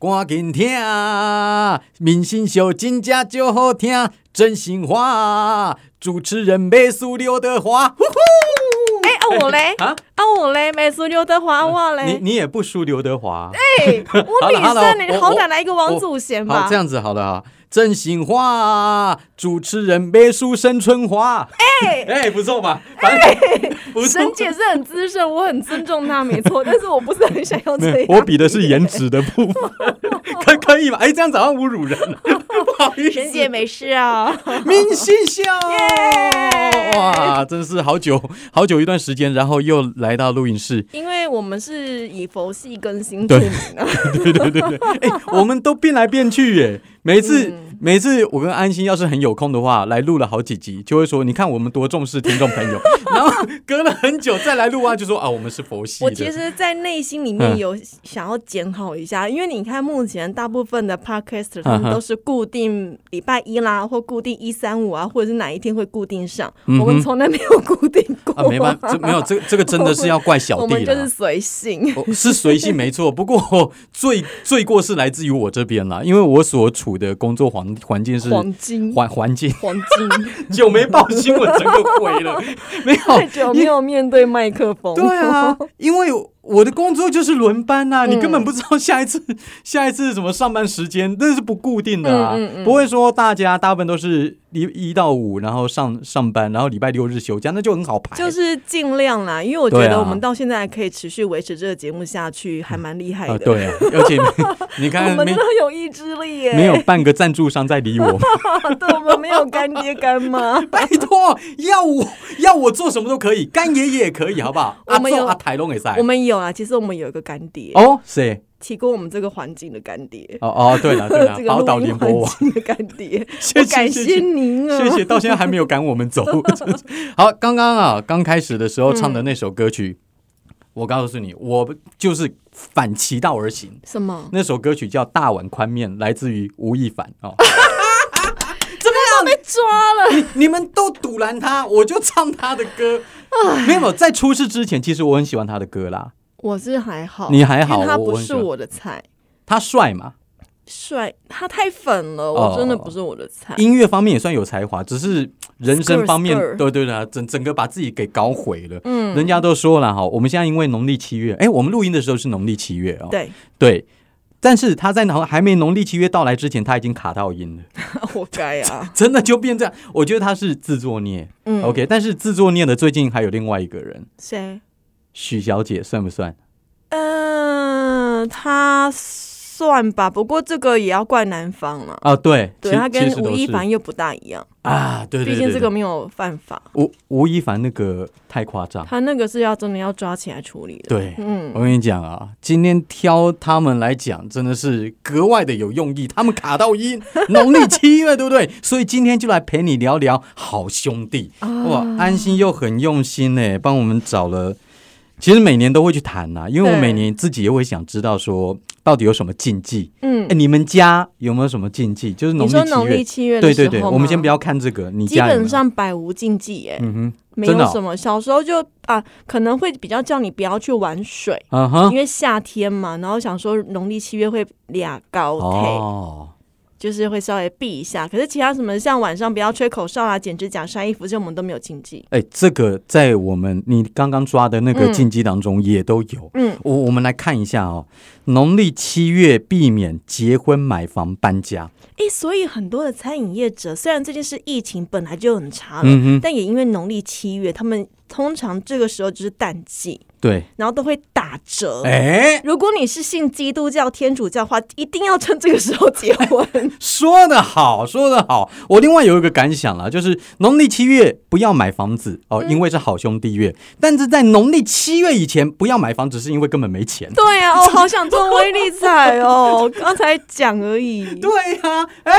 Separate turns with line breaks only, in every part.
赶紧听，啊民生秀真正足好听，真心话，主持人美苏刘德华。呼呼
哎、啊我嘞，
啊，
啊我嘞，美苏刘德华，啊我
你
嘞，
你也不输刘德华。
哎，我女
好了好了
生，你
我
好
我
歹来一个王
我
祖贤吧
好，这。样子好了啊，真心话，主持人美苏申春华。哎 哎，不错吧？反正不错
沈姐是很资深，我很尊重她，没错，但是我不是很想要
没
这
有
样。
我比的是颜值的部 分，可可以吧？哎，这样子好像侮辱人 了，不好 意思。
沈姐没事啊，
明星秀，
耶
哇，真是好久好久一段时间，然后又来到录影 室。
因为我们是以佛系更新著
对
名啊。
对对对对，哎、我们都变来变去耶。每次、
嗯
每次我跟安心要是很有空的话，来录了好几集，就会说你看我们多重视听众朋 友。然后隔了很久再来录啊，就说啊我们是佛系
我
的。
其实，在内心里
嗯
面有想要检讨一下，因为你看，目前大部分的 podcaster 他
嗯哼
们都是固定礼拜一啦，或固定一三五啊，或者是哪一天会固定上。
嗯哼
我们从来没有固定过，
啊，没办法，这没有这个这个真的是要怪小
我
弟
们
了
就
啊。
是随性。
哦是随性没错，不过罪罪过是来自于我这边啦，因为我所处的工作环环境是
黄金，
环环境，
黄金，
久没报新闻，整个毁了，没
太
有。
久没有面对麦克风。
对啊，哦因为我的工作就是轮班
嗯
呐、啊，你根本不知道下一次、 下一次什么上班时间，那是不固定的啊，
嗯嗯嗯
不会说大家大部分都是一一到五，然后上上班，然后礼拜六日休假，那就很好排。
就是尽量啦，因为我觉
对
得
啊
我们到现在还可以持续维持这个节目下去，还蛮厉害
啊、
的。
对啊，而 且你
我
看
们
没
真的有意志力耶！
没有半个赞助商在理我。
对，我们没有干爹干 妈。
拜托，要我要我做什么都可以，干爷爷也可以，好不好？
我们
阿
有
周阿台龙也在
我。们有啊，其实我们有一个干爹，
哎哦，谁？
提供我们这个环境的干爹，
哦哦，对了对了
这，
宝
个
岛
录
联
音
播
环
网，
境的干爹，
谢
我
谢
感
谢
谢
谢
您啊！
谢谢，到现在还没有赶我们走。好，刚刚啊，刚开始的时候唱的那首歌曲，我告诉你，我就是反其道而行。
什么？
那首歌曲叫《大碗宽面》，来自于吴亦凡哦。
被抓了！
你们都堵拦他，我就唱他的歌。没有，在出事之前，其实我很喜欢他的歌啦。
我是还好，
你还好
因为他
我
不
很喜
是
欢
我的菜，
他帅嘛，
帅，他太粉了，
哦
我真的不是我的菜。
音乐方面也算有才华，只是人生方面
Skr，skr
对对对啊，整整个把自己给搞毁了。
嗯，
人家都说了哈，我们现在因为农历七月，哎，我们录音的时候是农历七月哦，
对，
对但是他在还还没农历七月到来之前，他已经卡到音了，
活该 啊！
真的就变这样。我觉得他是自作孽、
嗯
o k 但是自作孽的最近还有另外一个人，
谁？
许小姐算不算？
嗯、他算吧，不过这个也要怪男方了。
啊，对，
对
其
他
其
跟
实
吴
都
亦
是
凡又不大一样，
啊，对对对
毕竟这个
对
没有犯法，
吴吴亦凡那个太夸张。
他那个是要真的要抓起来处理的。
对，
嗯，
我跟你讲啊，今天挑他们来讲，真的是格外的有用意。他们卡到 一农历七月，对不对？所以今天就来陪你聊聊好兄弟。
啊
哇，安心又很用心呢，帮我们找了。其实每年都会去谈呐、因为我
对
每年自己也会想知道说到底有什么禁忌。
嗯
哎，，你们家有没有什么禁忌？就是农
你
历
说
七
农历
月。
七月的
对
时候
对对，
吗
我们先不，要看这个，你
基
家有没有
本，上百无禁忌耶，
嗯
没
真的哦
有什么。小时候就啊，可能会比较叫你不要去玩水，
哼，嗯哼
因，为夏天嘛，然后想说农历七月会俩高腿，
哦，
就是会稍微避一下。可是其他什么像晚上不要吹口哨啊、剪指甲、晒衣服，这我们都没有禁忌。
哎，这个在我们你刚刚抓的那个
嗯
禁忌当中也都有。
嗯，
我我们来看一下哦，农历七月避免结婚、买房、搬家。
诶，所以很多的餐饮业者，虽然这件事疫情本来就很差了，
嗯哼，
但也因为农历七月，他们通常这个时候就是淡季，
对。
然后都会打折。
哎，
如果你是信基督教、天主教的话，一定要趁这个时候 结婚。
说得好，说得好。我另外有一个感想啦，就是农历七月不要买房子哦，
嗯
因为是好兄弟月。但是在农历七月以前不要买房，只是因为根本没钱。
对呀、啊，我好想中威力彩哦，刚才讲而已。
对呀、哎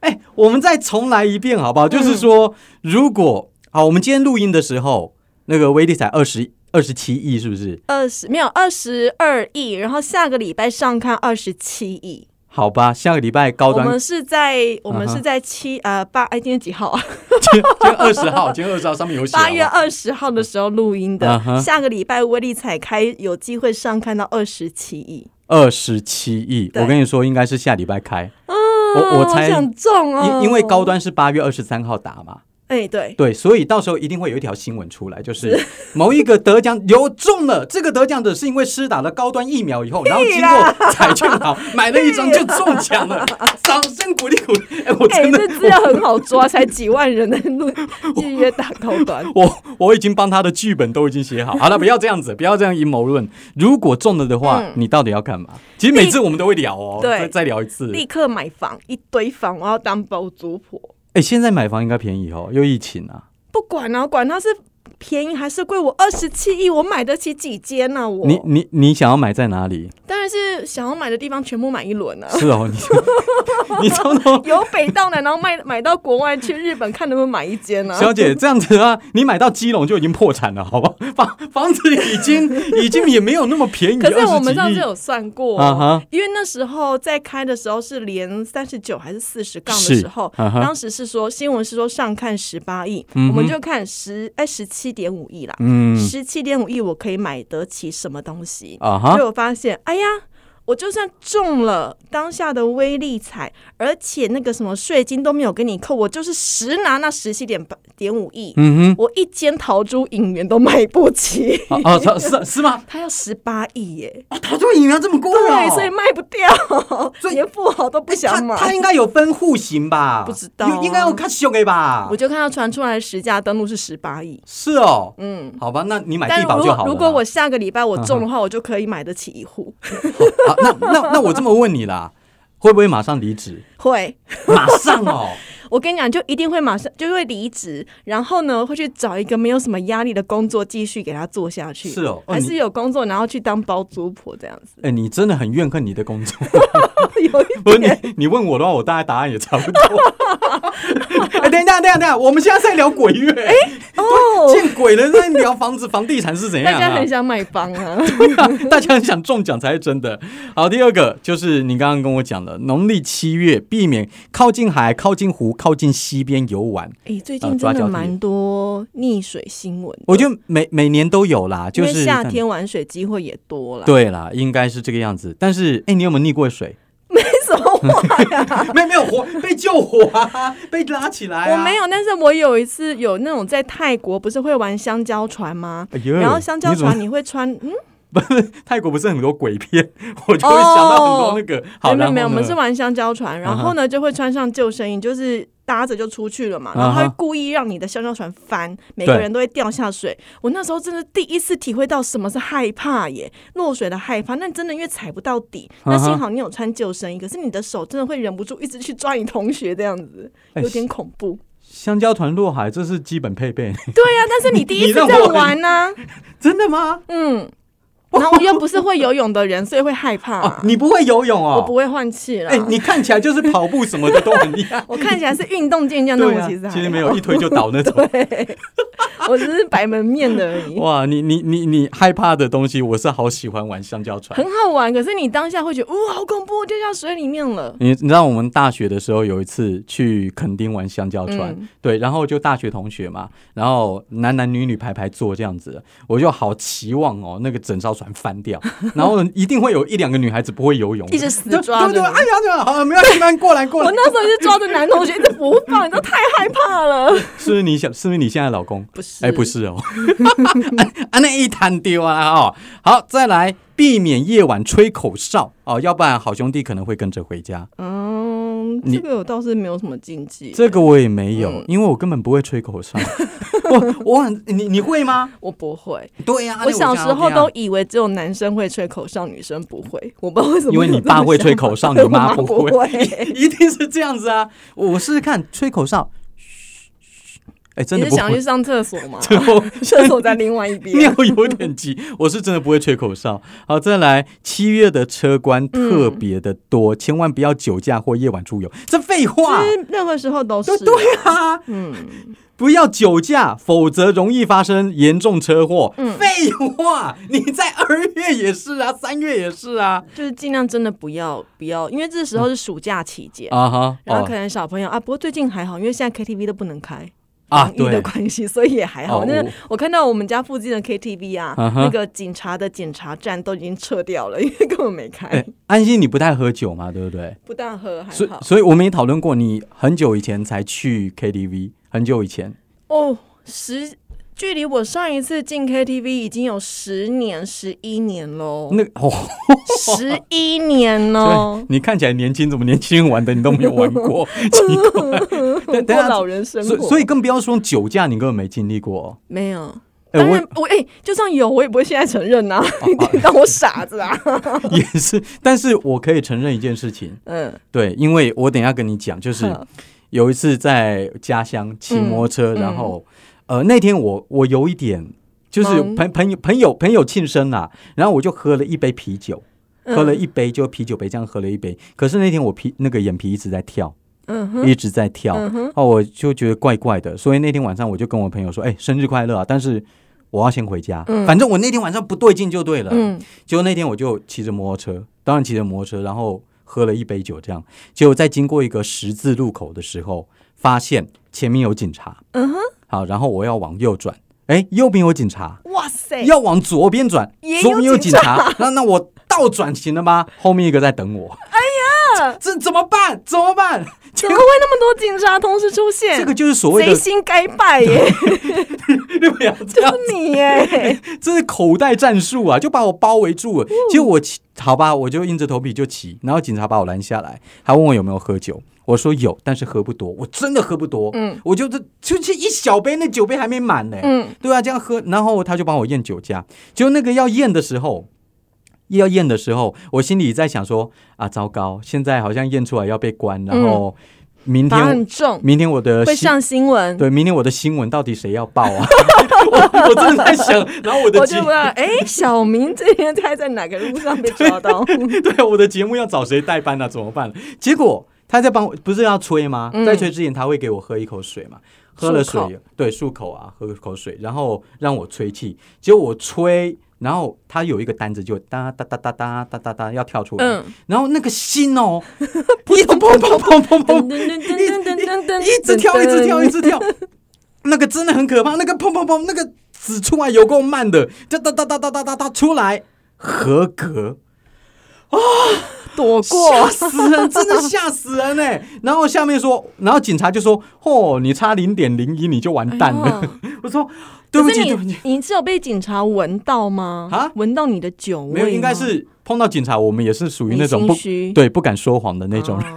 哎，我们再重来一遍好
嗯
不好？就是说，如果好，我们今天录音的时候，那个威力才二十二十七亿，是不是？
二十没有二十二亿，然后下个礼拜上看二十七亿。
好吧，下个礼拜高
我
端
们是在我们
嗯哼
是在七呃八哎今天几号 啊？
今天二十号，今天二十号上面有写
八月二十号的时候录音
嗯
的
哼，
下个礼拜威力彩开有机会上看到二十七亿。
二十七亿，
对
我跟你说，应该是下礼拜开，
我
我我猜
想中哦，
因因为高，端是八月二十三号打嘛，
哎，对，
对，所以到时候一定会有一条新闻出来， 就是某一个得奖有中了，这个得奖者是因为施打了高端疫苗以后，然后经过彩券行买了一张就中奖 了，掌声鼓励鼓励。哎，我
哎，
真的
这资料很好 抓，才几万人的录预约打高端，
我我已经帮他的剧本都已经写好，好了，不要这样子，不要这样阴谋论。如果中了的话，
嗯
你到底要干嘛？其实每次我们都会聊哦，
对
再再聊一次。
立刻买房，一堆房，我要当包租婆，
哎，现在买房应该便宜哦，又疫情啊。
不管啊，管它是便宜还是贵，我二十七亿，我买得起几间呢？我
你你你想要买在哪里？
当然是想要买的地方全部买一轮啊。
是哦，你你 从头
由北到南，然后卖买到国外去日本，看能不能买一间呢、
小姐，这样子啊，你买到基隆就已经破产了，好吧？房房子已经已经也没有那么便宜，
可是我们
二
上
十几
次
亿
有算过，
啊哈
因为那时候在开的时候是连三十九还是四十杠的
是
时候，
啊哈
当时是说新闻是说上看十八亿，
嗯哼
我们就看十哎十七点五亿啦，
嗯
十七点五亿我可以买得起什么东西？
啊
所
哈
以，我发现，哎呀。我就算中了当下的威力彩，而且那个什么税金都没有给你扣，我就是实拿那十七点八点五亿，
嗯
我一间桃珠影园都买不起，
哼，啊啊是是吗？
它要十八亿耶，
啊，他做饮料这么贵
对，
哦，
所以卖不掉，
所以哎
连富豪都不想
他他
买。
应该有分户型吧？
不知道啊
有应该有看胸的吧
我？就看到传出来的实价登录是十八亿，
是哦，
嗯。
好吧，那你买
但
地
如
保就好了啦。
果如果我下个礼拜我中的话，我就可以买得起一户。
啊，那那那我这么问你啦，会不会马上离职？
会，
马上哦，
我跟你讲，就一定会马上就会离职，然后呢会去找一个没有什么压力的工作继续给他做下去。
是哦哦
还
你
是有工作，然后去当包租婆这样 子。
哎，你真的很怨恨你的 工作。
有一
不是你，你问我的话，我大概答案也差不多。 哎，等一下，等一下，等一下，我们现在在聊鬼月，
哎哦，
见鬼了，在聊房子、房地产是怎样
大家
啊
很？想买房 啊。
大家很想中奖才是真的。好，第二个就是你刚刚跟我讲的，农历七月避免靠近海、靠近湖、靠近溪边游玩。
诶，哎最
呃
近
抓
真
交
的
替
蛮多溺水新闻的，
我觉得每每年都有啦，就
因为
是
夏。天玩水机会也多了。，
对啦，应该是这个样子。但是，哎、你有没有溺过水？啊
什么话 呀？
没有没有活被救活啊， 被拉起来、
我没。有，但是我有一次有那种在泰国不是会玩香蕉船吗？
哎呦，
然后香蕉
你怎么
船你会穿嗯，
泰国不是很多鬼片，我就会想到很多那个。好，
哦没有没
然
有，我
后呢啊
们是玩香蕉船，然后呢就会穿上救生衣，就是搭着就出去了嘛，然后他
啊
会
哈
故意让你的香蕉船翻，每个
对
人都会掉下水。我那时候真的第一次体会到什么是害怕耶，落水的害怕。那真的因为踩不到底，那
啊哈
幸好你有穿救生衣，可是你的手真的会忍不住一直去抓你同学这样子，
哎
有点恐怖。
香蕉团落海，这是基本配备。
对呀、啊但是你第一
你
次
让
这样
我很
玩啊呢、
真的吗？
嗯，然后我又不是会游泳的人，所以会害怕、
哦，你不会游泳
啊我
哦
不？会啊换气啦。。
哎、你看起来就是跑步什么的都很厉害
我看起来是运动健将，那
对
我
啊
其实，还
其实没
好
有一推就倒 那种。
我只是摆门面的而已，
哇，你你你你害怕的东西，我是好喜欢玩香蕉船。
很好玩。可是你当下会觉得，哇，好恐怖，我掉到水里面了。
你你知道我们大学的时候有一次去垦丁玩香蕉船，
嗯
对，然后就大学同学嘛，然后男男女女排排坐这样子，我就好期望哦，那个整艘船翻 掉，然后一定会有一两个女孩子不会游泳，
一直死抓着
对对对，
你
哎呀，对啊好，没关系，慢过来过
我
来，
那时候就抓着男同学一直不放，你知道太害怕了。
是不是你想，是不是你现在老公？
不是，
哎， 不，是哦， 啊那一摊丢啊哦，好，再来避免夜晚吹口哨哦，要不然好兄弟可能会跟着回家。
嗯，
你
这个我倒是没有什么禁忌，
这个我也没有，
嗯
因为我根本不会吹口 哨。我我很你你会吗？
我不会。
对呀、
我小时
那我
候都
这样
以为只有男生会吹口哨，女生不会。我不知道为什么
因为你
有这种想法，
爸会吹口哨，你
我
妈
不
不会， 一定是这样子啊！我试试看吹口哨，嘘嘘，哎，真
你
的不
是想去
会。
上厕所吗？
最后
厕所在另外一 边。
尿有点急， 我是真的不会吹口哨。好，再来，七月的车关特别的
嗯
多，千万不要酒驾或夜晚出游。这废话，
其实任何时候都是
对对啊，
嗯，
不要酒驾，否则容易发生严重车祸。
嗯
废话，你在二月也是啊，三月也是啊。
就是尽量真的不要不要，因为这时候是暑假期间，
啊哈，
然后可
哦
能小朋友啊，不过最近还好，因为现在 KTV 都不能开，
啊
防疫
对
的关系，所以也还好。
哦
那
我
我看到我们家附近的 KTV 啊，
嗯哼
那个警察的检查站都已经撤掉了，因为根本没开，
哎，安心，你不太喝酒嘛，对不对？
不大喝还
所以
好，。
所以我们也讨论过，你很久以前才去 KTV，很久以前，
哦，十距离我上一次进 KTV 已经有十年、十一年喽，
那哦，
十一年
对
哦，，
你看起来年轻，怎么年轻人玩的你都没有玩过？奇怪，
过
对，下，
老人生
所以
活，
所以更不要说酒驾，你根本没经历过。
没有。
哎
当
我哦
然，我哎、就算有，我也不会现在承认呐、你你当我傻 子啊？
也是，但是我可以承认一件事情，
嗯，
对，因为我等一下跟你讲，就是
好
有一次在家乡骑摩托车，
嗯嗯
然后呃那天我我有一点就是
忙
朋朋友朋友朋友庆生啦、啊然后我就喝了一杯啤酒，嗯喝了一杯就啤酒杯这样喝了一杯，可是那天我皮那个眼皮一直在跳。
嗯哼，
一直在跳，
嗯哼
哦，我就觉得怪怪的，所以那天晚上我就跟我朋友说，哎、生日快乐啊！但是我要先回家，
嗯
反正我那天晚上不对劲就对了。
嗯
结果那天我就骑着摩托车，当然骑着摩托车，然后喝了一杯酒，这样。结果在经过一个十字路口的时候，发现前面有警察，
嗯哼，
好，然后我要往右转，哎，右边有警察，
哇塞，
要往左边转，
也有
左边有警
警
察， 那那我倒转行了吗？后面一个在等我，哎呀，这怎么办？怎么办？
怎么会那么多警察同时出现？
这个就是所谓
贼
的
心该败耶，
对不要这样
是你耶，
这是口袋战术啊，就把我包围住
嗯
了。结果我骑，好吧，我就硬着头皮就骑，然后警察把我拦下来，还问我有没有喝酒。我说有，但是喝不多，我真的喝不多。
嗯，
我就这就是一小杯，那酒杯还没满呢、
嗯
对啊，这样喝，然后他就帮我验酒驾。就那个要验的时候，要验的时候，我心里在想说啊，糟糕，现在好像验出来要被关，然后
嗯
明
罚
天、
很重，
明天我的
会
新
上新闻。
对，明天我的新闻到底谁要报 啊？我我真的在想，然后我的
我
节
就不知道，哎，小明这天他在哪个路上被抓到？
对啊我的节目要找谁代班啊？怎么办？结果他在帮我，不是要吹吗？
嗯
在吹之前，他会给我喝一口水嘛。喝了
漱
水，对，漱口啊，喝口水，然后让我吹气。结果我吹，然后他有一个单子就哒哒哒哒哒哒哒哒要跳出来，
嗯
然后那个心 哦，砰砰砰砰砰砰砰
噔，噔噔噔噔噔噔，
哦一直跳，一直跳，一直跳，那个真的很可怕，那个砰砰砰，那个纸出来有够慢的，哒哒哒哒哒哒哒哒出来，合格，
躲
吓
过。
死人，真的吓死人哎、 然后下面说，然后警察就说，哦，你差零点零一你就完蛋了。 我说对不
哎可
起，
是
对不起
你，你是有被警察闻到吗？
啊
闻到你的酒味吗？
没有，应该是碰到警察，我们也是属于
哦你
那种
心
不
虚
对不敢说谎的那种人，
哦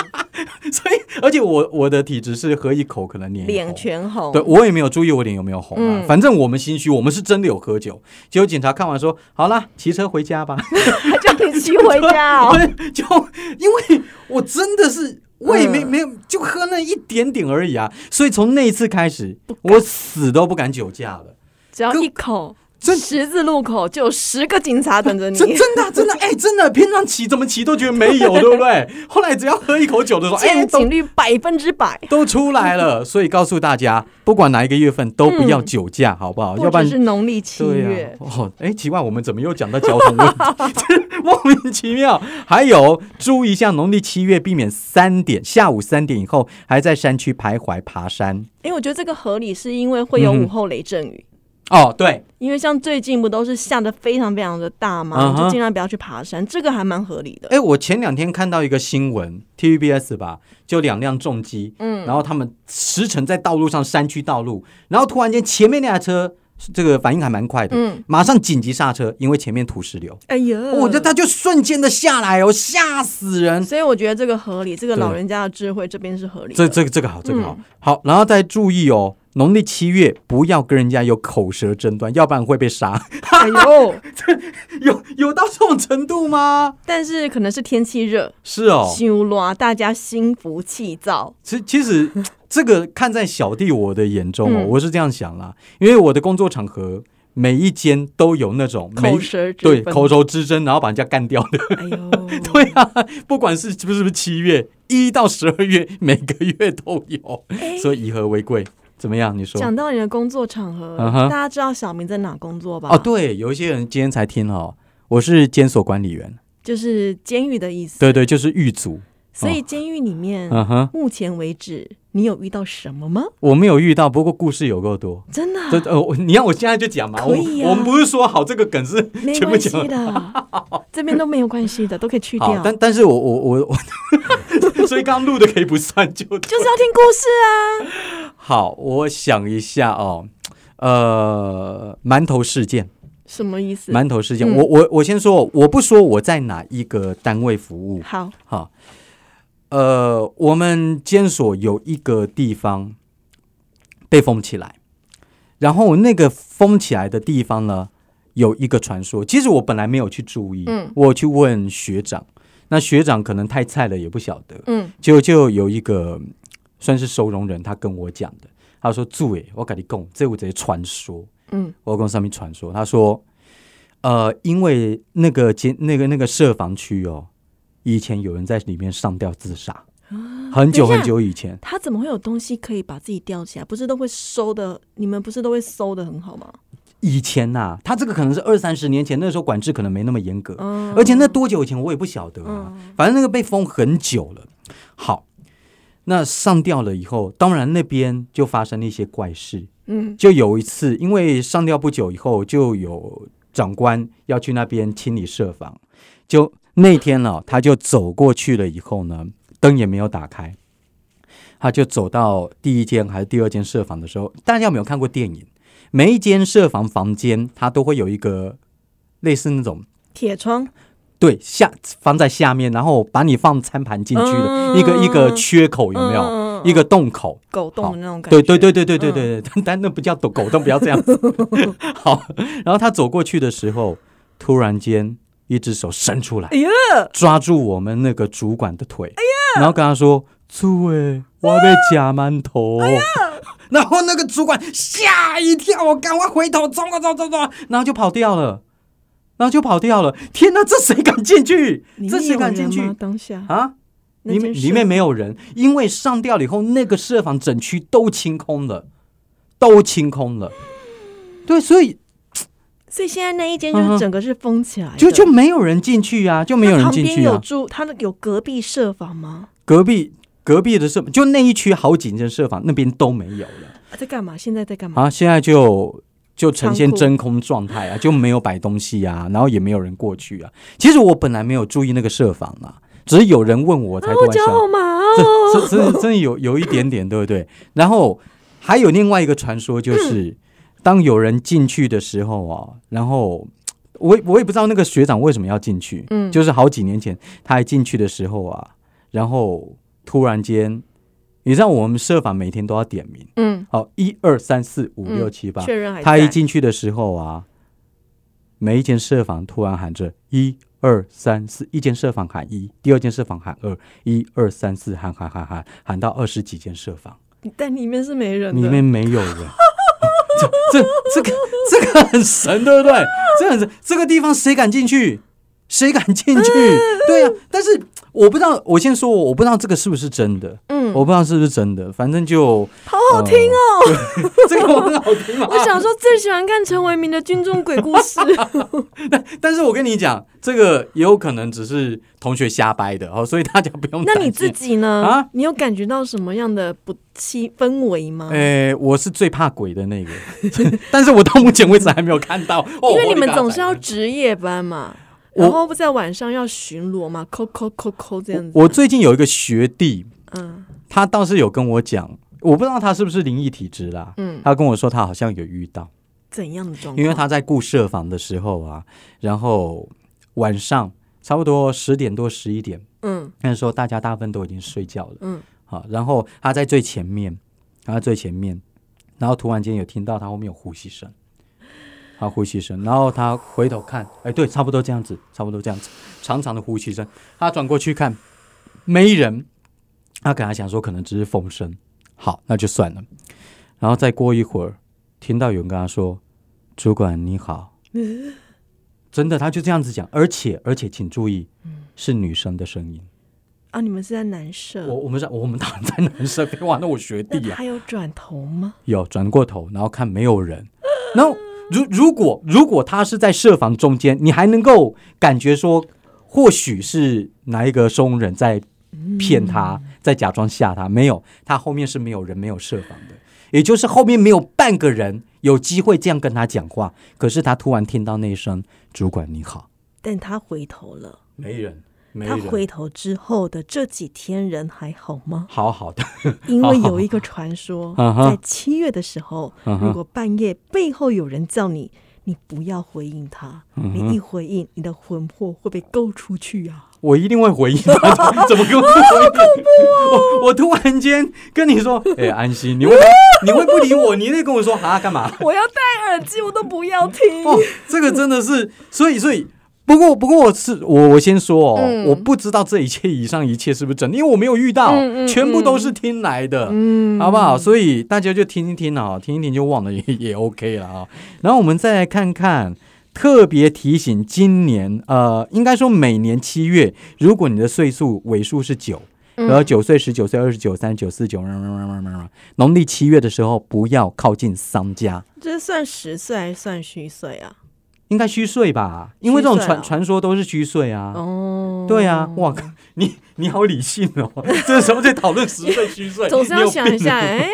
所以而且我我的体质是喝一口可能脸
脸全红。
对，我也没有注意我脸有没有红啊。
嗯
反正我们心虚，我们是真的有喝酒。结果警察看完说：“好啦，骑车回家吧。
还叫你骑回家哦。
对， 就因为我真的是胃没、
嗯
没有，就喝那一点点而已啊。所以从那一次开始，我死都不敢酒驾了。
只要一口，
真
十字路口就有十个警察等着你。
真真的啊真的哎、真的，平常骑怎么骑都觉得没有，对不 对？后来只要喝一口酒的时候，哎、
见
都
警率百分之百，
都出来了。所以告诉大家，不管哪一个月份都不要酒驾，好不好？要
嗯或
不然
者是农历七
对呀、
月。
哦，哎，奇怪，我们怎么又讲到交通问题？ 这莫名其妙。还有，注意一下农历七月，避免三点下午三点以后还在山区徘徊爬山。
因为我觉得这个合理，是因为会有
嗯哼
午后雷阵雨。
哦，对，
因为像最近不都是下的非常非常的大嘛
嗯哼
就尽量不要去爬山，这个还蛮合理的。
哎，我前两天看到一个新闻，TVBS 吧，就两辆重机，嗯，然后他们驰骋在道路上，山区道路，然后突然间前面那台车，这个反应还蛮快的，
嗯，
马上紧急刹车，因为前面土石流，
哎呀，
我觉得他就瞬间的下来哦，吓死人。
所以我觉得这个合理，这个
对
老人家的智慧这边是合理
这
的。
这个这个好，这个好、
嗯
好，然后再注意哦，农历七月不要跟人家有口舌争端，要不然会被杀。
哎呦，
有有到这种程度吗？
但是可能是天气热，
是哦，
修罗大家心浮气躁。
其其实这个看在小弟我的眼中哦，
嗯
我是这样想啦，因为我的工作场合每一间都有那种每
口舌之
对
分
口头之争，然后把人家干掉的。
哎呦，
对啊，不管是是不是七月一到十二月，每个月都有，所以以和为贵。怎么样？你说？
讲到你的工作场合
嗯哼
大家知道小明在哪工作吧？
哦，，对，有一些人今天才听哦，我是监所管理员，
就是监狱的意思。
对对，就是狱卒，
所以监狱里面，
哦嗯哼，
目前为止你有遇到什么吗？
我没有遇到，不过故事有够多。
真的啊、
这呃，我你要我现在就讲嘛？
可以啊
我我们不是说好这个梗是
没
全部
关
讲
系的，这边都没有关系的，都可以去
好
掉，。
但但是我我我 我， 所以刚录的可以不算就
就是要听故事啊！
好。我想一下哦，呃，馒头事件，
什么意思？
馒头事件，
嗯
我我我先说，我不说我在哪一个单位服务，
好，
好，呃，我们监所有一个地方被封起来，然后那个封起来的地方呢，有一个传说。其实我本来没有去注意，
嗯
我有去问学长，那学长可能太菜了，也不晓得，
嗯，
就就有一个嗯算是收容人，他跟我讲的，他说：“住诶，我跟你讲，这有一个传说，
嗯，
我跟上面传说，他说，呃，因为那个监那个那个设防区哦，以前有人在里面上吊自杀，很久
啊等一下
很久以前，
他怎么会有东西可以把自己吊起来？不是都会收的？你们不是都会收的很好吗？
以前呐、他这个可能是二三十年前，那时候管制可能没那么严格，
嗯
而且那多久以前我也不晓得啊，反正那个被封很久了。好，那上吊了以后，当然那边就发生了一些怪事，
嗯
就有一次，因为上吊不久以后，就有长官要去那边清理设防，就那天呢、他就走过去了以后呢，灯也没有打开，他就走到第一间还是第二间设防的时候，大家有没有看过电影？每一间设防房间，它都会有一个类似那种
铁窗
对下放在下面，然后把你放餐盘进去的、
嗯
一个一个缺口，有没有？
嗯嗯嗯
一个洞口，
狗洞的那种感
对
觉。
对对对对对对，但但那不叫狗狗，但不要这样子。好，然后他走过去的时候，突然间一只手伸出来，
哎呀，
抓住我们那个主管的腿，哎然后跟他说：“主哎，我被夹馒头。然后那个主管吓一跳，我赶快回头冲啊冲冲冲，然后就跑掉了，然后就跑掉了。天哪，这谁敢进去
里？
这
面
谁
有
敢进
人
去
吗？当下
啊？
那
里
间
面
设
里面没有人，因为上吊了以后，那个设防整区都清空了，都清空了。对，所以
所以现在那一间
嗯
就
哼
是整个是封起来的，
就就没有人进去啊，就没有
那
人
旁
进
边
去
有
啊。
住，他的有隔壁设防吗？
隔壁隔壁的设就那一区好几间设防那边都没有了
啊在干嘛？现在在干嘛？
啊，现在就。就呈现
仓库
真空状态 啊，就没有摆东西啊，然后也没有人过去啊。其实我本来没有注意那个设防啊，只是有人问我才
啊，
突
我
然
脚
想
好麻哦！
这这真的真的有有一点点，对不对？然后还有另外一个传说，
嗯
就是、当有人进去的时候啊，然后我也我也不知道那个学长为什么要进去，
嗯
就是好几年前他一进去的时候啊，然后突然间，你知道我们设法每天都要点名，
嗯，
好，一二三四五
嗯
六七八，
确认还
他一
在
进去的时候啊，每一间设防突然喊着一二三四，一间设防喊一，第二间设防喊二，一二三四喊喊喊喊喊到二十几间设防，
但里面是没人的，
里面没 有人。这这这个这个很神，对不对？这很神，这个地方谁敢进去？谁敢进 去？对呀、啊但是我不知道，我先说，我不知道这个是不是真的，
嗯，
我不知道是不是真的，反正就呃
好好听哦！
这个我很好听嘛。
我想说最喜欢看陈为民的军中鬼故事，
但是我跟你讲，这个也有可能只是同学瞎掰的哦，所以大家不用
那
担心。
你自己呢？
啊
你有感觉到什么样的不气氛围吗？
诶，我是最怕鬼的那个， 但是我到目前为止还没有看到。哦、
因为
我
你们
的
总是要
大胆
值夜班嘛，
我
然后不在晚上要巡逻嘛，扣扣扣扣这样子。
我最近有一个学弟，
嗯
他倒是有跟我讲，我不知道他是不是灵异体质啦。
嗯，
他跟我说他好像有遇到，
怎样的状况？
因为他在顾舍房的时候啊，然后晚上差不多十点多十一点，
嗯
那时候大家大部分都已经睡觉了。
嗯
好，然后他在最前面，他在最前面，然后突然间有听到他后面有呼吸声，他呼吸声，然后他回头看，哎，对，差不多这样子，差不多这样子，长长的呼吸声，他转过去看，没人，他给他想说可能只是风声，好，那就算了，然后再过一会儿，听到有人跟他说：“主管你 好。”真的，他就这样子讲，而且而且，请注意，
嗯
是女生的声音。
啊，你们是在南社，
我我们在我们当然在男生，废话，那我学弟啊
那
呀、
他有转头吗？
有转过头，然后看没有人。然后如如果如果他是在设防中间，你还能够感觉说，或许是哪一个收容人在骗
嗯
他，再假装吓他。没有，他后面是没有人，没有设防的，也就是后面没有半个人有机会这样跟他讲话。可是他突然听到那一声“主管你好
但他回头了，”，
没人，没
他回头之后的这几天人还好吗？
好好的，
因为有一个传 说，
啊哈
在七月的时候，
啊哈
如果半夜背后有人叫你，你不要回应他，你一回应，你的魂魄会被勾出去啊！
我一定会回应他的。怎么跟我回应？我我突然间跟你说，哎、安心，你会你会不理我？你在跟我说啊干嘛？
我要戴耳机，我都不要听
哦，这个真的是，所以所以。不过，不过我是我，我先说哦，
嗯
我不知道这一切以上一切是不是真的，因为我没有遇到，
嗯嗯
全部都是听来的，
嗯
好不好？所以大家就听一听啊、听一听就忘了也 也 OK 了啊、然后我们再来看看，特别提醒，今年呃，应该说每年七月，如果你的岁数尾数是九、
嗯
然后九岁、十九岁、二十九、三十九、四九，农历七月的时候不要靠近商家。
这算实岁还是算虚岁啊？
应该虚岁吧，因为这种
虚岁
传、
啊
传说都是虚岁啊。
哦
对啊，哇靠，你你好理性哦， 这时候在讨论十岁虚岁，
总是
你
要
有
想一
病
下，哎、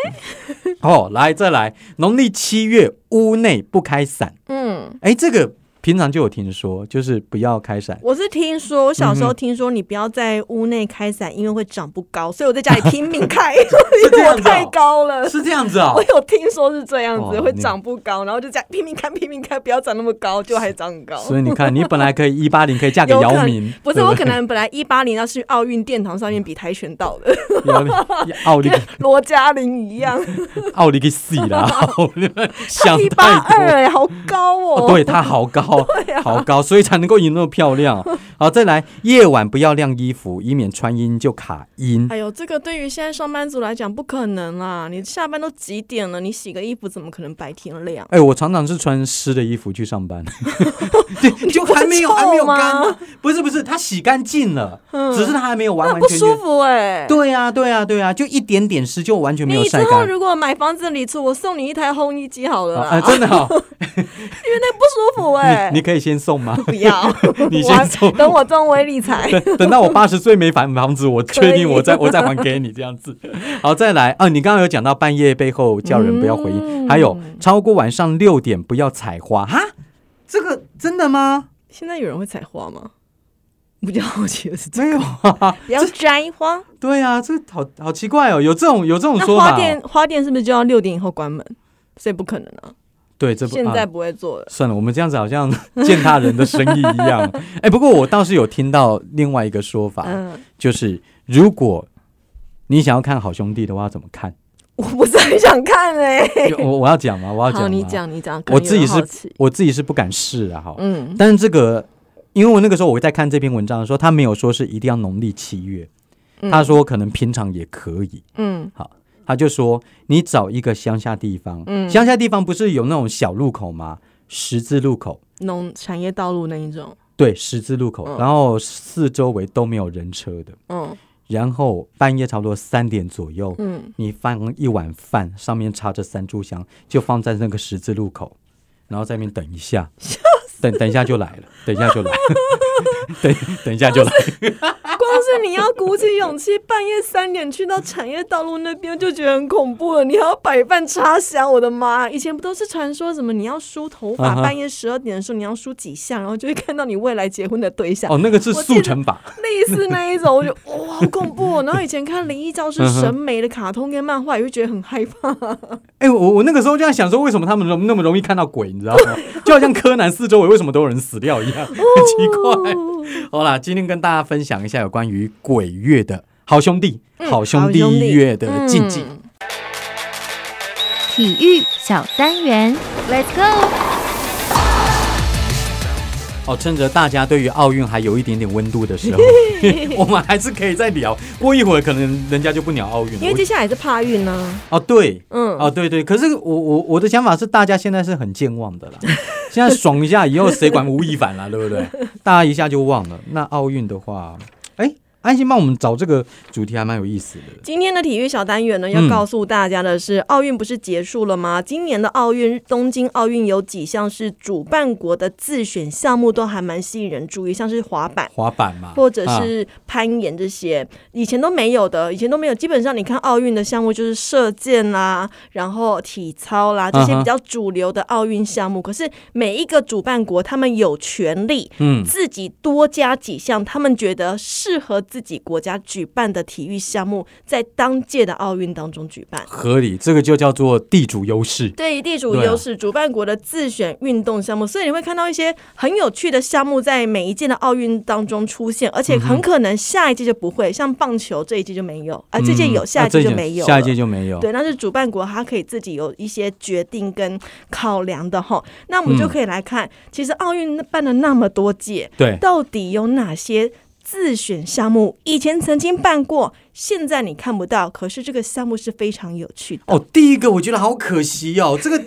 哦。来，再来，农历七月屋内不开伞，
嗯，
哎，这个平常就有听说，就是不要开 伞。
我是听说，我小时候听说你不要在屋内开伞，因为会长不高，所以我在家里拼命开， 因
这
为我
样子哦
太高了。
是这样子哦
我，有听说是这样子，
哇
会长不高，然后就这样拼命看，拼命看，不要长那么高，就还长很高。
所以你看，你本来可以一八零，可以嫁给
有可
姚
能
明，
不是
对
我
对
可能本来一八零要去奥运殿堂上面比跆拳道 的，
姚 明奥利
跟罗嘉玲 一样，
奥利给死 啦，奥利给想
一八
太多
二，哎，好高
哦、
哦。啊
对，她好高，好高，所以才能够赢那么漂亮。好，再来，夜晚不要晾衣服，以免穿阴就卡阴。
哎呦，这个对于现在上班族来讲不可能啦！你下班都几点了？你洗个衣服怎么可能白天晾？
哎、我常常是穿湿的衣服去上 班， 对，就
不会
还没有还没有
臭吗嗯
干呢、不是不是，它洗干净了，只是它还没有完
那
完
不
全
舒
全。
服哎、
对呀、对呀、对呀、啊就一点点湿就完全没有
你之
晒
后
干。
如果买房子里出，我送你一台烘衣机好了
啊、
啦，
呃真的 好、
因为那不舒服哎、
你你可以先送吗？，
不要
你先
我还
送
等我中微理财。
等等到我八十岁没房房子，我确定我再我再还给你这样 子。好，再来啊！你刚刚有讲到半夜背后叫人不要回应，
嗯
还有超过晚上六点不要采花哈，这个真的吗？
现在有人会采花吗？比较好奇的是，
没有啊，
不要摘花。
对啊，这好好奇怪哦，有这种有这种
那
说法、哦
花店。花店是不是就要六点以后关门？所以不可能啊，
对，这不
现在
啊
不会做了。
算了，我们这样子好像践踏人的生意一 样。哎，不过我倒是有听到另外一个说法，
嗯，
就是如果你想要看好兄弟的话，要怎么 看？
我不是很想看哎、
我我要讲吗？我要讲
好，
吗？
你讲，你讲。可
我
能有
自己
人好
是
奇，
我自己是不敢试啊哈。
嗯，
但是这个，因为我那个时候我在看这篇文章的时候，他没有说是一定要农历七月，
嗯
他说可能平常也可以。
嗯
他就说你找一个乡下地方，
嗯
乡下地方不是有那种小路口吗？十字路口，
农产业道路那一种，
对，十字路口，
嗯
然后四周围都没有人车的，
嗯
然后半夜差不多三点左右。
嗯，
你放一碗饭，上面插着三炷香，就放在那个十字路口，然后在那边等一下，等等一下就来了，等一下就来， 等等一下就来。
光是你要鼓起勇气半夜三点去到产业道路那边，就觉得很恐怖了。你还要摆饭插香，我的妈！以前不都是传说什么你要梳头发
啊哈
半夜十二点的时候你要梳几下，然后就会看到你未来结婚的对象。
哦，那个是
我记得
速成法，
类似那一种，我就哇，好恐怖、哦！然后以前看《灵异教师
嗯》哼
审美的卡通跟漫画，也会觉得很害怕。
哎、我我那个时候就在想说，为什么他们容那么容易看到鬼，你知道吗？ 就好像柯南四周围为什么都有人死掉一样，很 奇怪。
哦
好啦，今天跟大家分享一下有关于鬼月的好兄弟、好兄
嗯好兄
弟
弟
月的禁忌。
嗯
体育小单元，Let's go！
哦，趁着大家对于奥运还有一点点温度的 时候， 我们还是可以再聊。过一会儿可能人家就不聊奥运了。
因为接下来是帕运呢、
我哦，对，
嗯，
哦，对对，可是我我我的想法是，大家现在是很健忘 的啦。现在爽一下，以后谁管吴亦凡啦，对不对？大家一下就忘了。那奥运的话，哎，安心帮我们找这个主题还蛮有意思的。
今天的体育小单元呢，要
嗯
告诉大家的是，奥运不是结束了吗？今年的奥运，东京奥运有几项是主办国的自选项目，都还蛮吸引人注意，像是滑板。
滑板嘛，
或者
啊
是攀岩这些，以前都没有的，以前都没有。基本上你看奥运的项目就是射箭啦，然后体操啦，这些
嗯哼
比较主流的奥运项目。可是每一个主办国他们有权利
嗯，
自己多加几项他们觉得适合自己国家举办的体育项目，在当届的奥运当中举办。
合理，这个就叫做地主优势。
对于地主
对啊
优势，主办国的自选运动项目，所以你会看到一些很有趣的项目在每一届的奥运当中出现，而且
嗯
很可能下一届就不会，像棒球这一届就没有，啊、这届有，
嗯
下一
啊这
届就没有了，
下一届就没有。
对，那是主办国他可以自己有一些决定跟考量的哈。那我们就
嗯
可以来看，其实奥运办了那么多届，
对
到底有哪些自选项目？以前曾经办过，现在你看不到，可是这个项目是非常有趣的，
哦，第一个我觉得好可惜哦，这个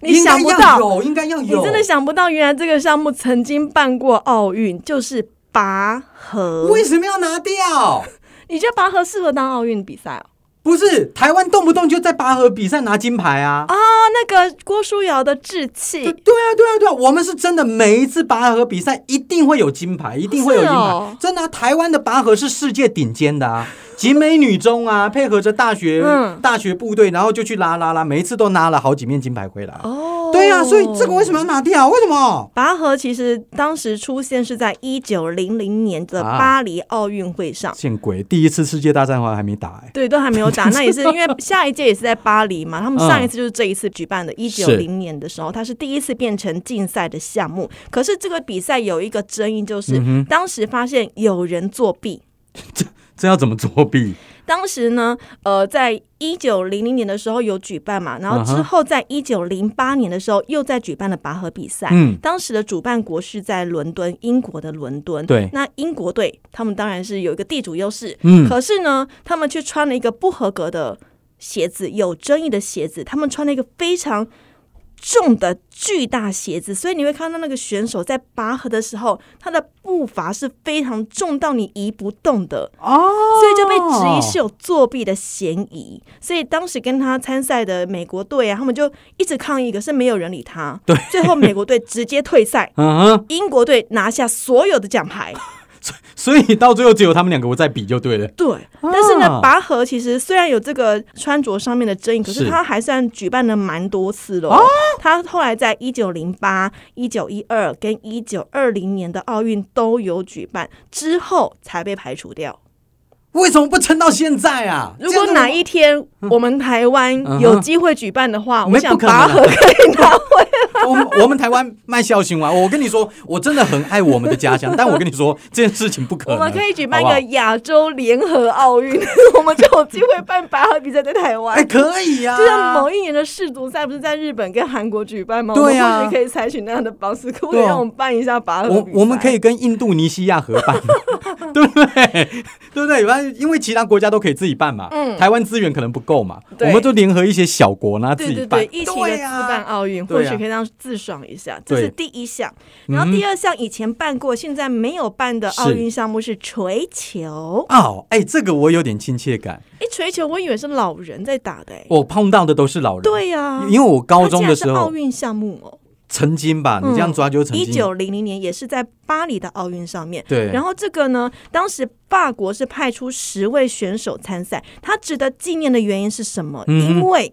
你
应该
想不
要
到，
有应该要
你
有，
真的想不到，原来这个项目曾经办过奥运，就是拔河。
为什么要拿掉？
你觉得拔河适合当奥运比赛哦？
不是台湾动不动就在拔河比赛拿金牌啊？
啊，那个郭书瑶的志
对
气，
对啊，对啊，对啊！我们是真的，每一次拔河比赛一定会有金牌，一定会有金牌，
是哦
真的啊、台湾的拔河是世界顶尖的啊，集美女中啊，配合着大学、
嗯
大学部队，然后就去拉拉拉，每一次都拿了好几面金牌回来。
哦
对呀、所以这个为什么要拿掉？为什么？
拔河其实当时出现是在一九零零年的
啊
巴黎奥运会上，
见鬼！第一次世界大战好像还没打哎、
对，都还没有打。那也是因为下一届也是在巴黎嘛，他们上一次就是这一次举办的，一九零年的时候，它是第一次变成竞赛的项目。可是这个比赛有一个争议，就是、当时发现有人作弊。
这要怎么作弊？
当时呢，呃，在一九零零年的时候有举办
嗯
嘛，然后之后在一九零八年的时候又在举办了拔河比赛。
嗯
当时的主办国是在伦敦，英国的伦敦。
对
那英国队他们当然是有一个地主优势，
嗯，
可是呢，他们却穿了一个不合格的鞋子，有争议的鞋子，他们穿了一个非常。重的巨大鞋子，所以你会看到那个选手在拔河的时候，他的步伐是非常重到你移不动的。
哦，
所以就被质疑是有作弊的嫌疑。所以当时跟他参赛的美国队啊，他们就一直抗议，可是没有人理他。
对，，
最后美国队直接退赛
嗯哼，
英国队拿下所有的奖牌。
所以到最后只有他们两个我在比就对了。
对，但是呢
啊，
拔河其实虽然有这个穿着上面的争议，可是
是哦
他还算举办了蛮多次了。他后来在一九零八、一九一二跟一九二零年的奥运都有举办，之后才被排除掉。
为什么不撑到现在啊？
如果
这样子
哪一天我们台湾有机会举办的话，
嗯
我想
没不可能啊
拔河可 以拿回来。
我们 我们台湾卖孝心丸，我跟你说，我真的很爱我们的家乡，但我跟你说这件事情不可
我
能。
们可以举办一
好不
个
好
亚洲联合奥运，我们就有机会办拔河比赛在台
哎，
湾。
可以呀、
就像某一年的世足赛不是在日本跟韩国举办吗？
对啊
我们或许可以采取那样的方式，可不可以
对啊
让我们办一下拔河
我
比赛
我们可以跟印度尼西亚合办， 对不对？对不对？反正因为其他国家都可以自己办嘛，
嗯
台湾资源可能不够嘛，
对
我们就联合一些小国呢自
对
己
对
办，
对，一起的自
啊，
办奥运，或
对啊
许可以让自爽一下，这
对
是第一项。然后第二项以前办过，现在没有办的奥
是
运项目是锤球。
哦，哎，这个我有点亲切感，
哎，锤球我以为是老人在打的，哎，
我碰到的都是老人，
对呀、
啊因为我高
它竟
中
然
的时
是奥
候
运项目哦，
曾经吧，你这样抓就曾
嗯一
经，
九零零年也是在巴黎的奥运上面。
对，
然后这个呢，当时法国是派出十位选手参赛，它值得纪念的原因是什么？
嗯哼
因为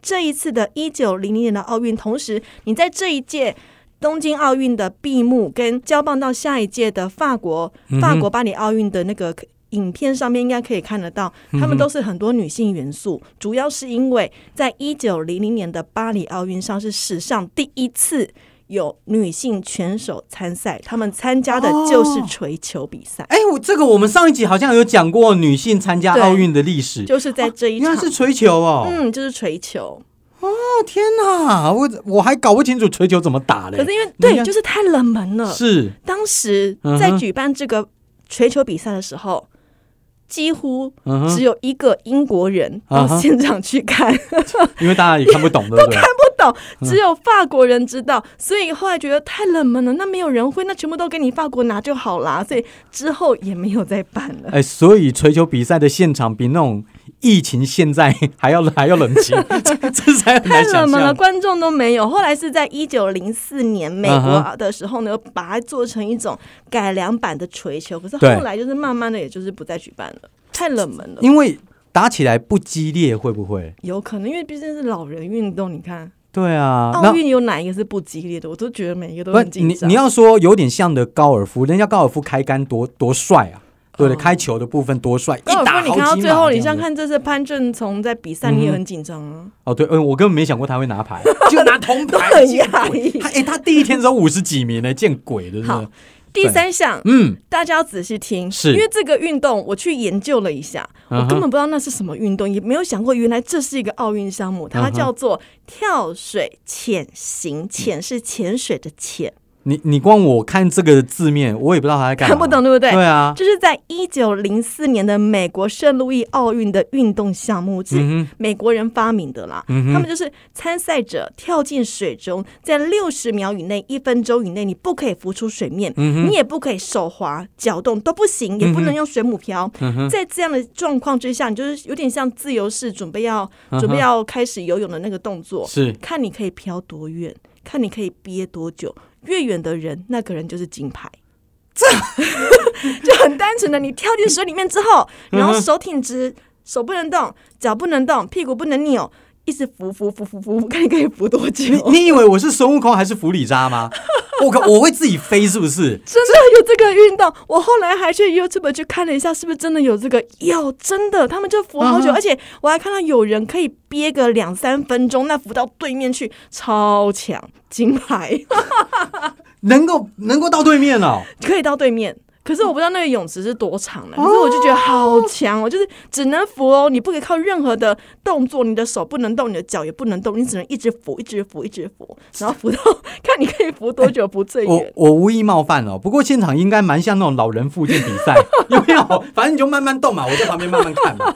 这一次的一九零零年的奥运，同时你在这一届。东京奥运的闭幕跟交棒到下一届的法国
嗯哼
法国巴黎奥运的那个影片上面应该可以看得到，
嗯
他们都是很多女性元素，主要是因为在一九零零年的巴黎奥运上是史上第一次有女性拳手参赛，他们参加的
哦
就是锤球比赛，
哎，我这个我们上一集好像有讲过女性参加
对
奥运的历史，
就是在这一
原
场，
来是锤球哦！
嗯，就是锤球。
哦天哪，我我还搞不清楚锤球怎么打嘞。
可是因为
人
对，
家
就是太冷门了。
是
当时
嗯哼
在举办这个锤球比赛的时候，几乎
嗯哼
只有一个英国人
啊
到
哈嗯
现场去 看，
因为大家也看不 懂，对不对？
不懂，只有法国人知道，所以后来觉得太冷门了，那没有人会，那全部都给你法国拿就好啦，所以之后也没有再办了。
哎，所以锤球比赛的现场比那种疫情现在 还要还要冷 清，这这才很难
太冷
想
门了，
象。
观众都没有。后来是在一九零四年美
嗯
国
哼
的时候呢，把它做成一种改良版的锤球，可是
对
后来就是慢慢的，也就是不再举办了，太冷门了。
因为打起来不激烈，会不会？
有可能因为毕竟是老人运动，你看
对啊，
奥运有哪一个是不激烈的？我都觉得每一个都
不
很，紧
你
张。
你要说有点像的高尔夫，人家高尔夫开杆多多帅啊，对不对？开球的部分多帅，
哦高
一
尔
打
夫，你看到
好几
最后，
码
你
这样
像
子
看这次潘正从在比赛，你也很紧张啊。
哦，对，嗯，我根本没想过他会拿 牌，就拿铜牌，
很
见
压
鬼
抑
他哎、他第一天只有五十几名呢，见鬼的，真
好
的。
第三项，
嗯，
大家要仔细听，
是
因为这个运动我去研究了一下，
嗯哼
我根本不知道那是什么运动，也没有想过原来这是一个奥运项目，它
嗯哼
叫做跳水潜行，潜是潜水的潜，
你你光我看这个字面，我也不知道他在干嘛，
看不懂对不对？
对 啊，
这是在一九零四年的美国圣路易奥运的运动项目，是
嗯
美国人发明的啦。
嗯哼
他们就是参赛者跳进水中，在六十秒以内、一分钟以内，你不可以浮出水面，
嗯
你也不可以手滑、搅动都不行，也不能用水母漂。
嗯
在这样的状况之下，你就是有点像自由式，准备要、准备要开始游泳的那个动作
哼，，嗯是
看你可以漂多远，看你可以憋多久。越远的人，那个人就是金牌。这就很单纯的，你跳进水里面之后，然后手挺直，手不能动，脚不能动，屁股不能扭，一直浮浮浮浮浮，看你可以浮多久。
你你以为我是孙悟空还是弗里扎吗？我靠，我会自己飞是不是？
真的有这个运动，我后来还去 YouTube 去看了一下，是不是真的有这个？有，真的，他们就浮好久，
啊
而且我还看到有人可以憋个两三分钟，那浮到对面去，超强，金牌。
能够能够到对面哦，
可以到对面。可是我不知道那个泳池是多长的，啊可是我就觉得好强哦，就是只能浮哦，你不可以靠任何的动作，你的手不能动，你的脚也不能动，你只能一直浮，一直浮，一直浮，然后浮到 看你可以浮多久，浮最
我
远。
我无意冒犯哦，不过现场应该蛮像那种老人复健比 赛，有没有？反正你就慢慢动嘛，我在旁边慢慢看嘛，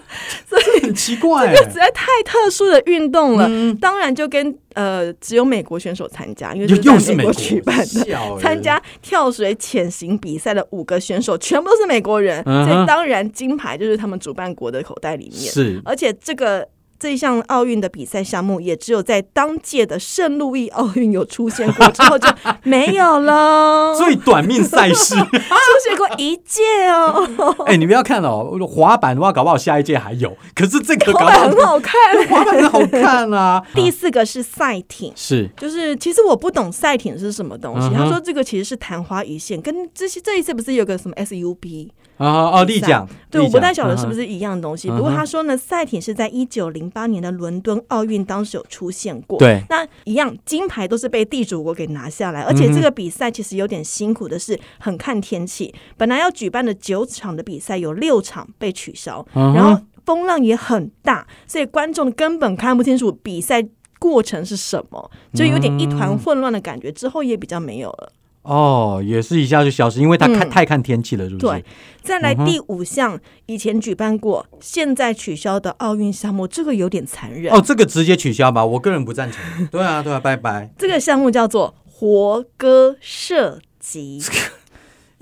所以很奇怪、
这实在太特殊的运动了，
嗯
当然就跟呃只有美国选手参加，因为
又
这
又
在
是
美
美国
举办的。
笑人
参加跳水潜行比赛的五个选手全部都是美国人，
嗯哼
所以当然金牌就是他们主办国的口袋里面。
是
而且这个这一项奥运的比赛项目，也只有在当届的圣路易奥运有出现过，之 后就没有喽。
最短命赛 事。
出现过一届哦，
哎、你不要看哦，滑板的话，搞不好下一届还有，可是这个搞
后
不
来很
好
好看。
滑板很好看啊。
第四个是赛艇。
是
就是其实我不懂赛艇是什么东西，
嗯哼
他说这个其实是昙花一现，跟这些这一次不是有个什么 SUP，
啊哦，立奖，
对，
立
我不
奖
太晓得是不
嗯
是一样的东西。
嗯哼
不过他说呢，赛艇是在一九零八年的伦敦奥运当时有出现过。
对
那一样金牌都是被地主国给拿下来，而且
嗯
这个比赛其实有点辛苦的是，很看天气。本来要举办的九场的比赛，有六场被取消，
嗯哼
然后风浪也很大，所以观众根本看不清楚比赛。过程是什么？就有点一
嗯
团混乱的感觉，之后也比较没有了。
哦，也是一下就消失，因为他看、
嗯
太看天气了，是不是？
对，再
嗯
来第五项，以前举办过，现在取消的奥运项目，这个有点残忍。
哦，这个直接取消吧，我个人不赞成。对啊，对啊，拜拜。
这个项目叫做活歌射击，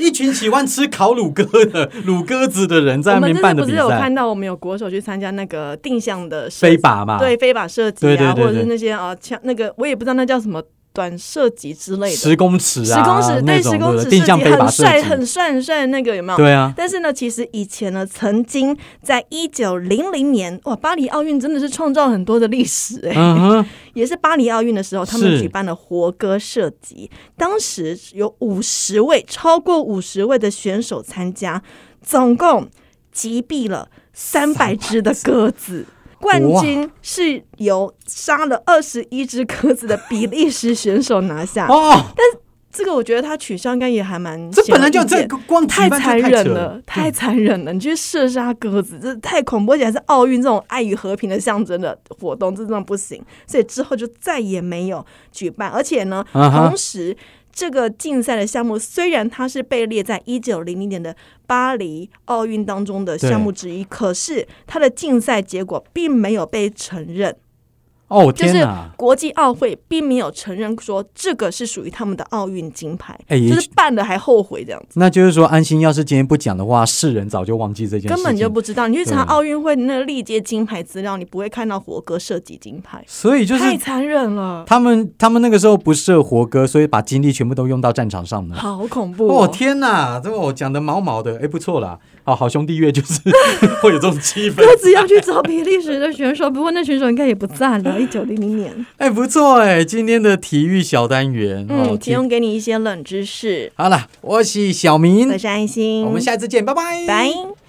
一群喜欢吃烤乳鸽的 乳鸽子的人在
我
那
们
边
这
办
次
的
不
比
是有
赛
看，到我们有国手去参加那个定向的射
飞靶嘛，
对，飞靶射击啊，
对对对对
或者是那些啊枪那个我也不知道那叫什么短射击之类的，
十公尺
十
啊，
公尺
那
对
种
十公
对不
尺射
对
击
定向飞
很
靶
帅
射
很
击，
帅很帅的那个有没有？
对啊，
但是呢，其实以前呢，曾经在一九零零年，哇，巴黎奥运真的是创造很多的历史哎、
嗯哼，
也是巴黎奥运的时候，他们
是
举办了活歌射击，当时有五十位，超过五十位的选手参加，总共击毙了三百只的鸽子。冠军是由杀了二十一只鸽子的比利时选手拿下。
哦，
这个我觉得他取消应该也还蛮
这本来就
显而易
这
见
个光举
太
办就
残
太
忍
扯嗯
了，太残忍了！你去射杀鸽子，这太恐怖，而且还是奥运这种爱与和平的象征的活动，这真的不行。所以之后就再也没有举办，而且呢，
啊哈
同时这个竞赛的项目虽然它是被列在一九零零年的巴黎奥运当中的项目之一，可是它的竞赛结果并没有被承认，
哦
就
天
是
哪！
国际奥会并没有承认说这个是属于他们的奥运金牌，
哎也
就是办了还后悔这样子。
那就是说，安心要是今天不讲的话，世人早就忘记这件事情，
根本就不知道，你去查
对
奥运会那个历届金牌资料，你不会看到火哥射击金牌，
所以就是
太残忍了，
他们他们那个时候不设活歌，所以把精力全部都用到战场上了。
好恐怖、
哦
哦！
天哪，这个我讲的毛毛的，哎，不错啦，好好兄弟乐就是 会有这种气氛，
鸽子要去找比利时的选手，不过那选手应该也不 在了，一九零零年。
哎，不错哎，今天的体育小单元，哦
嗯，，
体
提供给你一些冷知识。
好了，我是小明
我，是安心，
我们下次见，拜拜，
拜。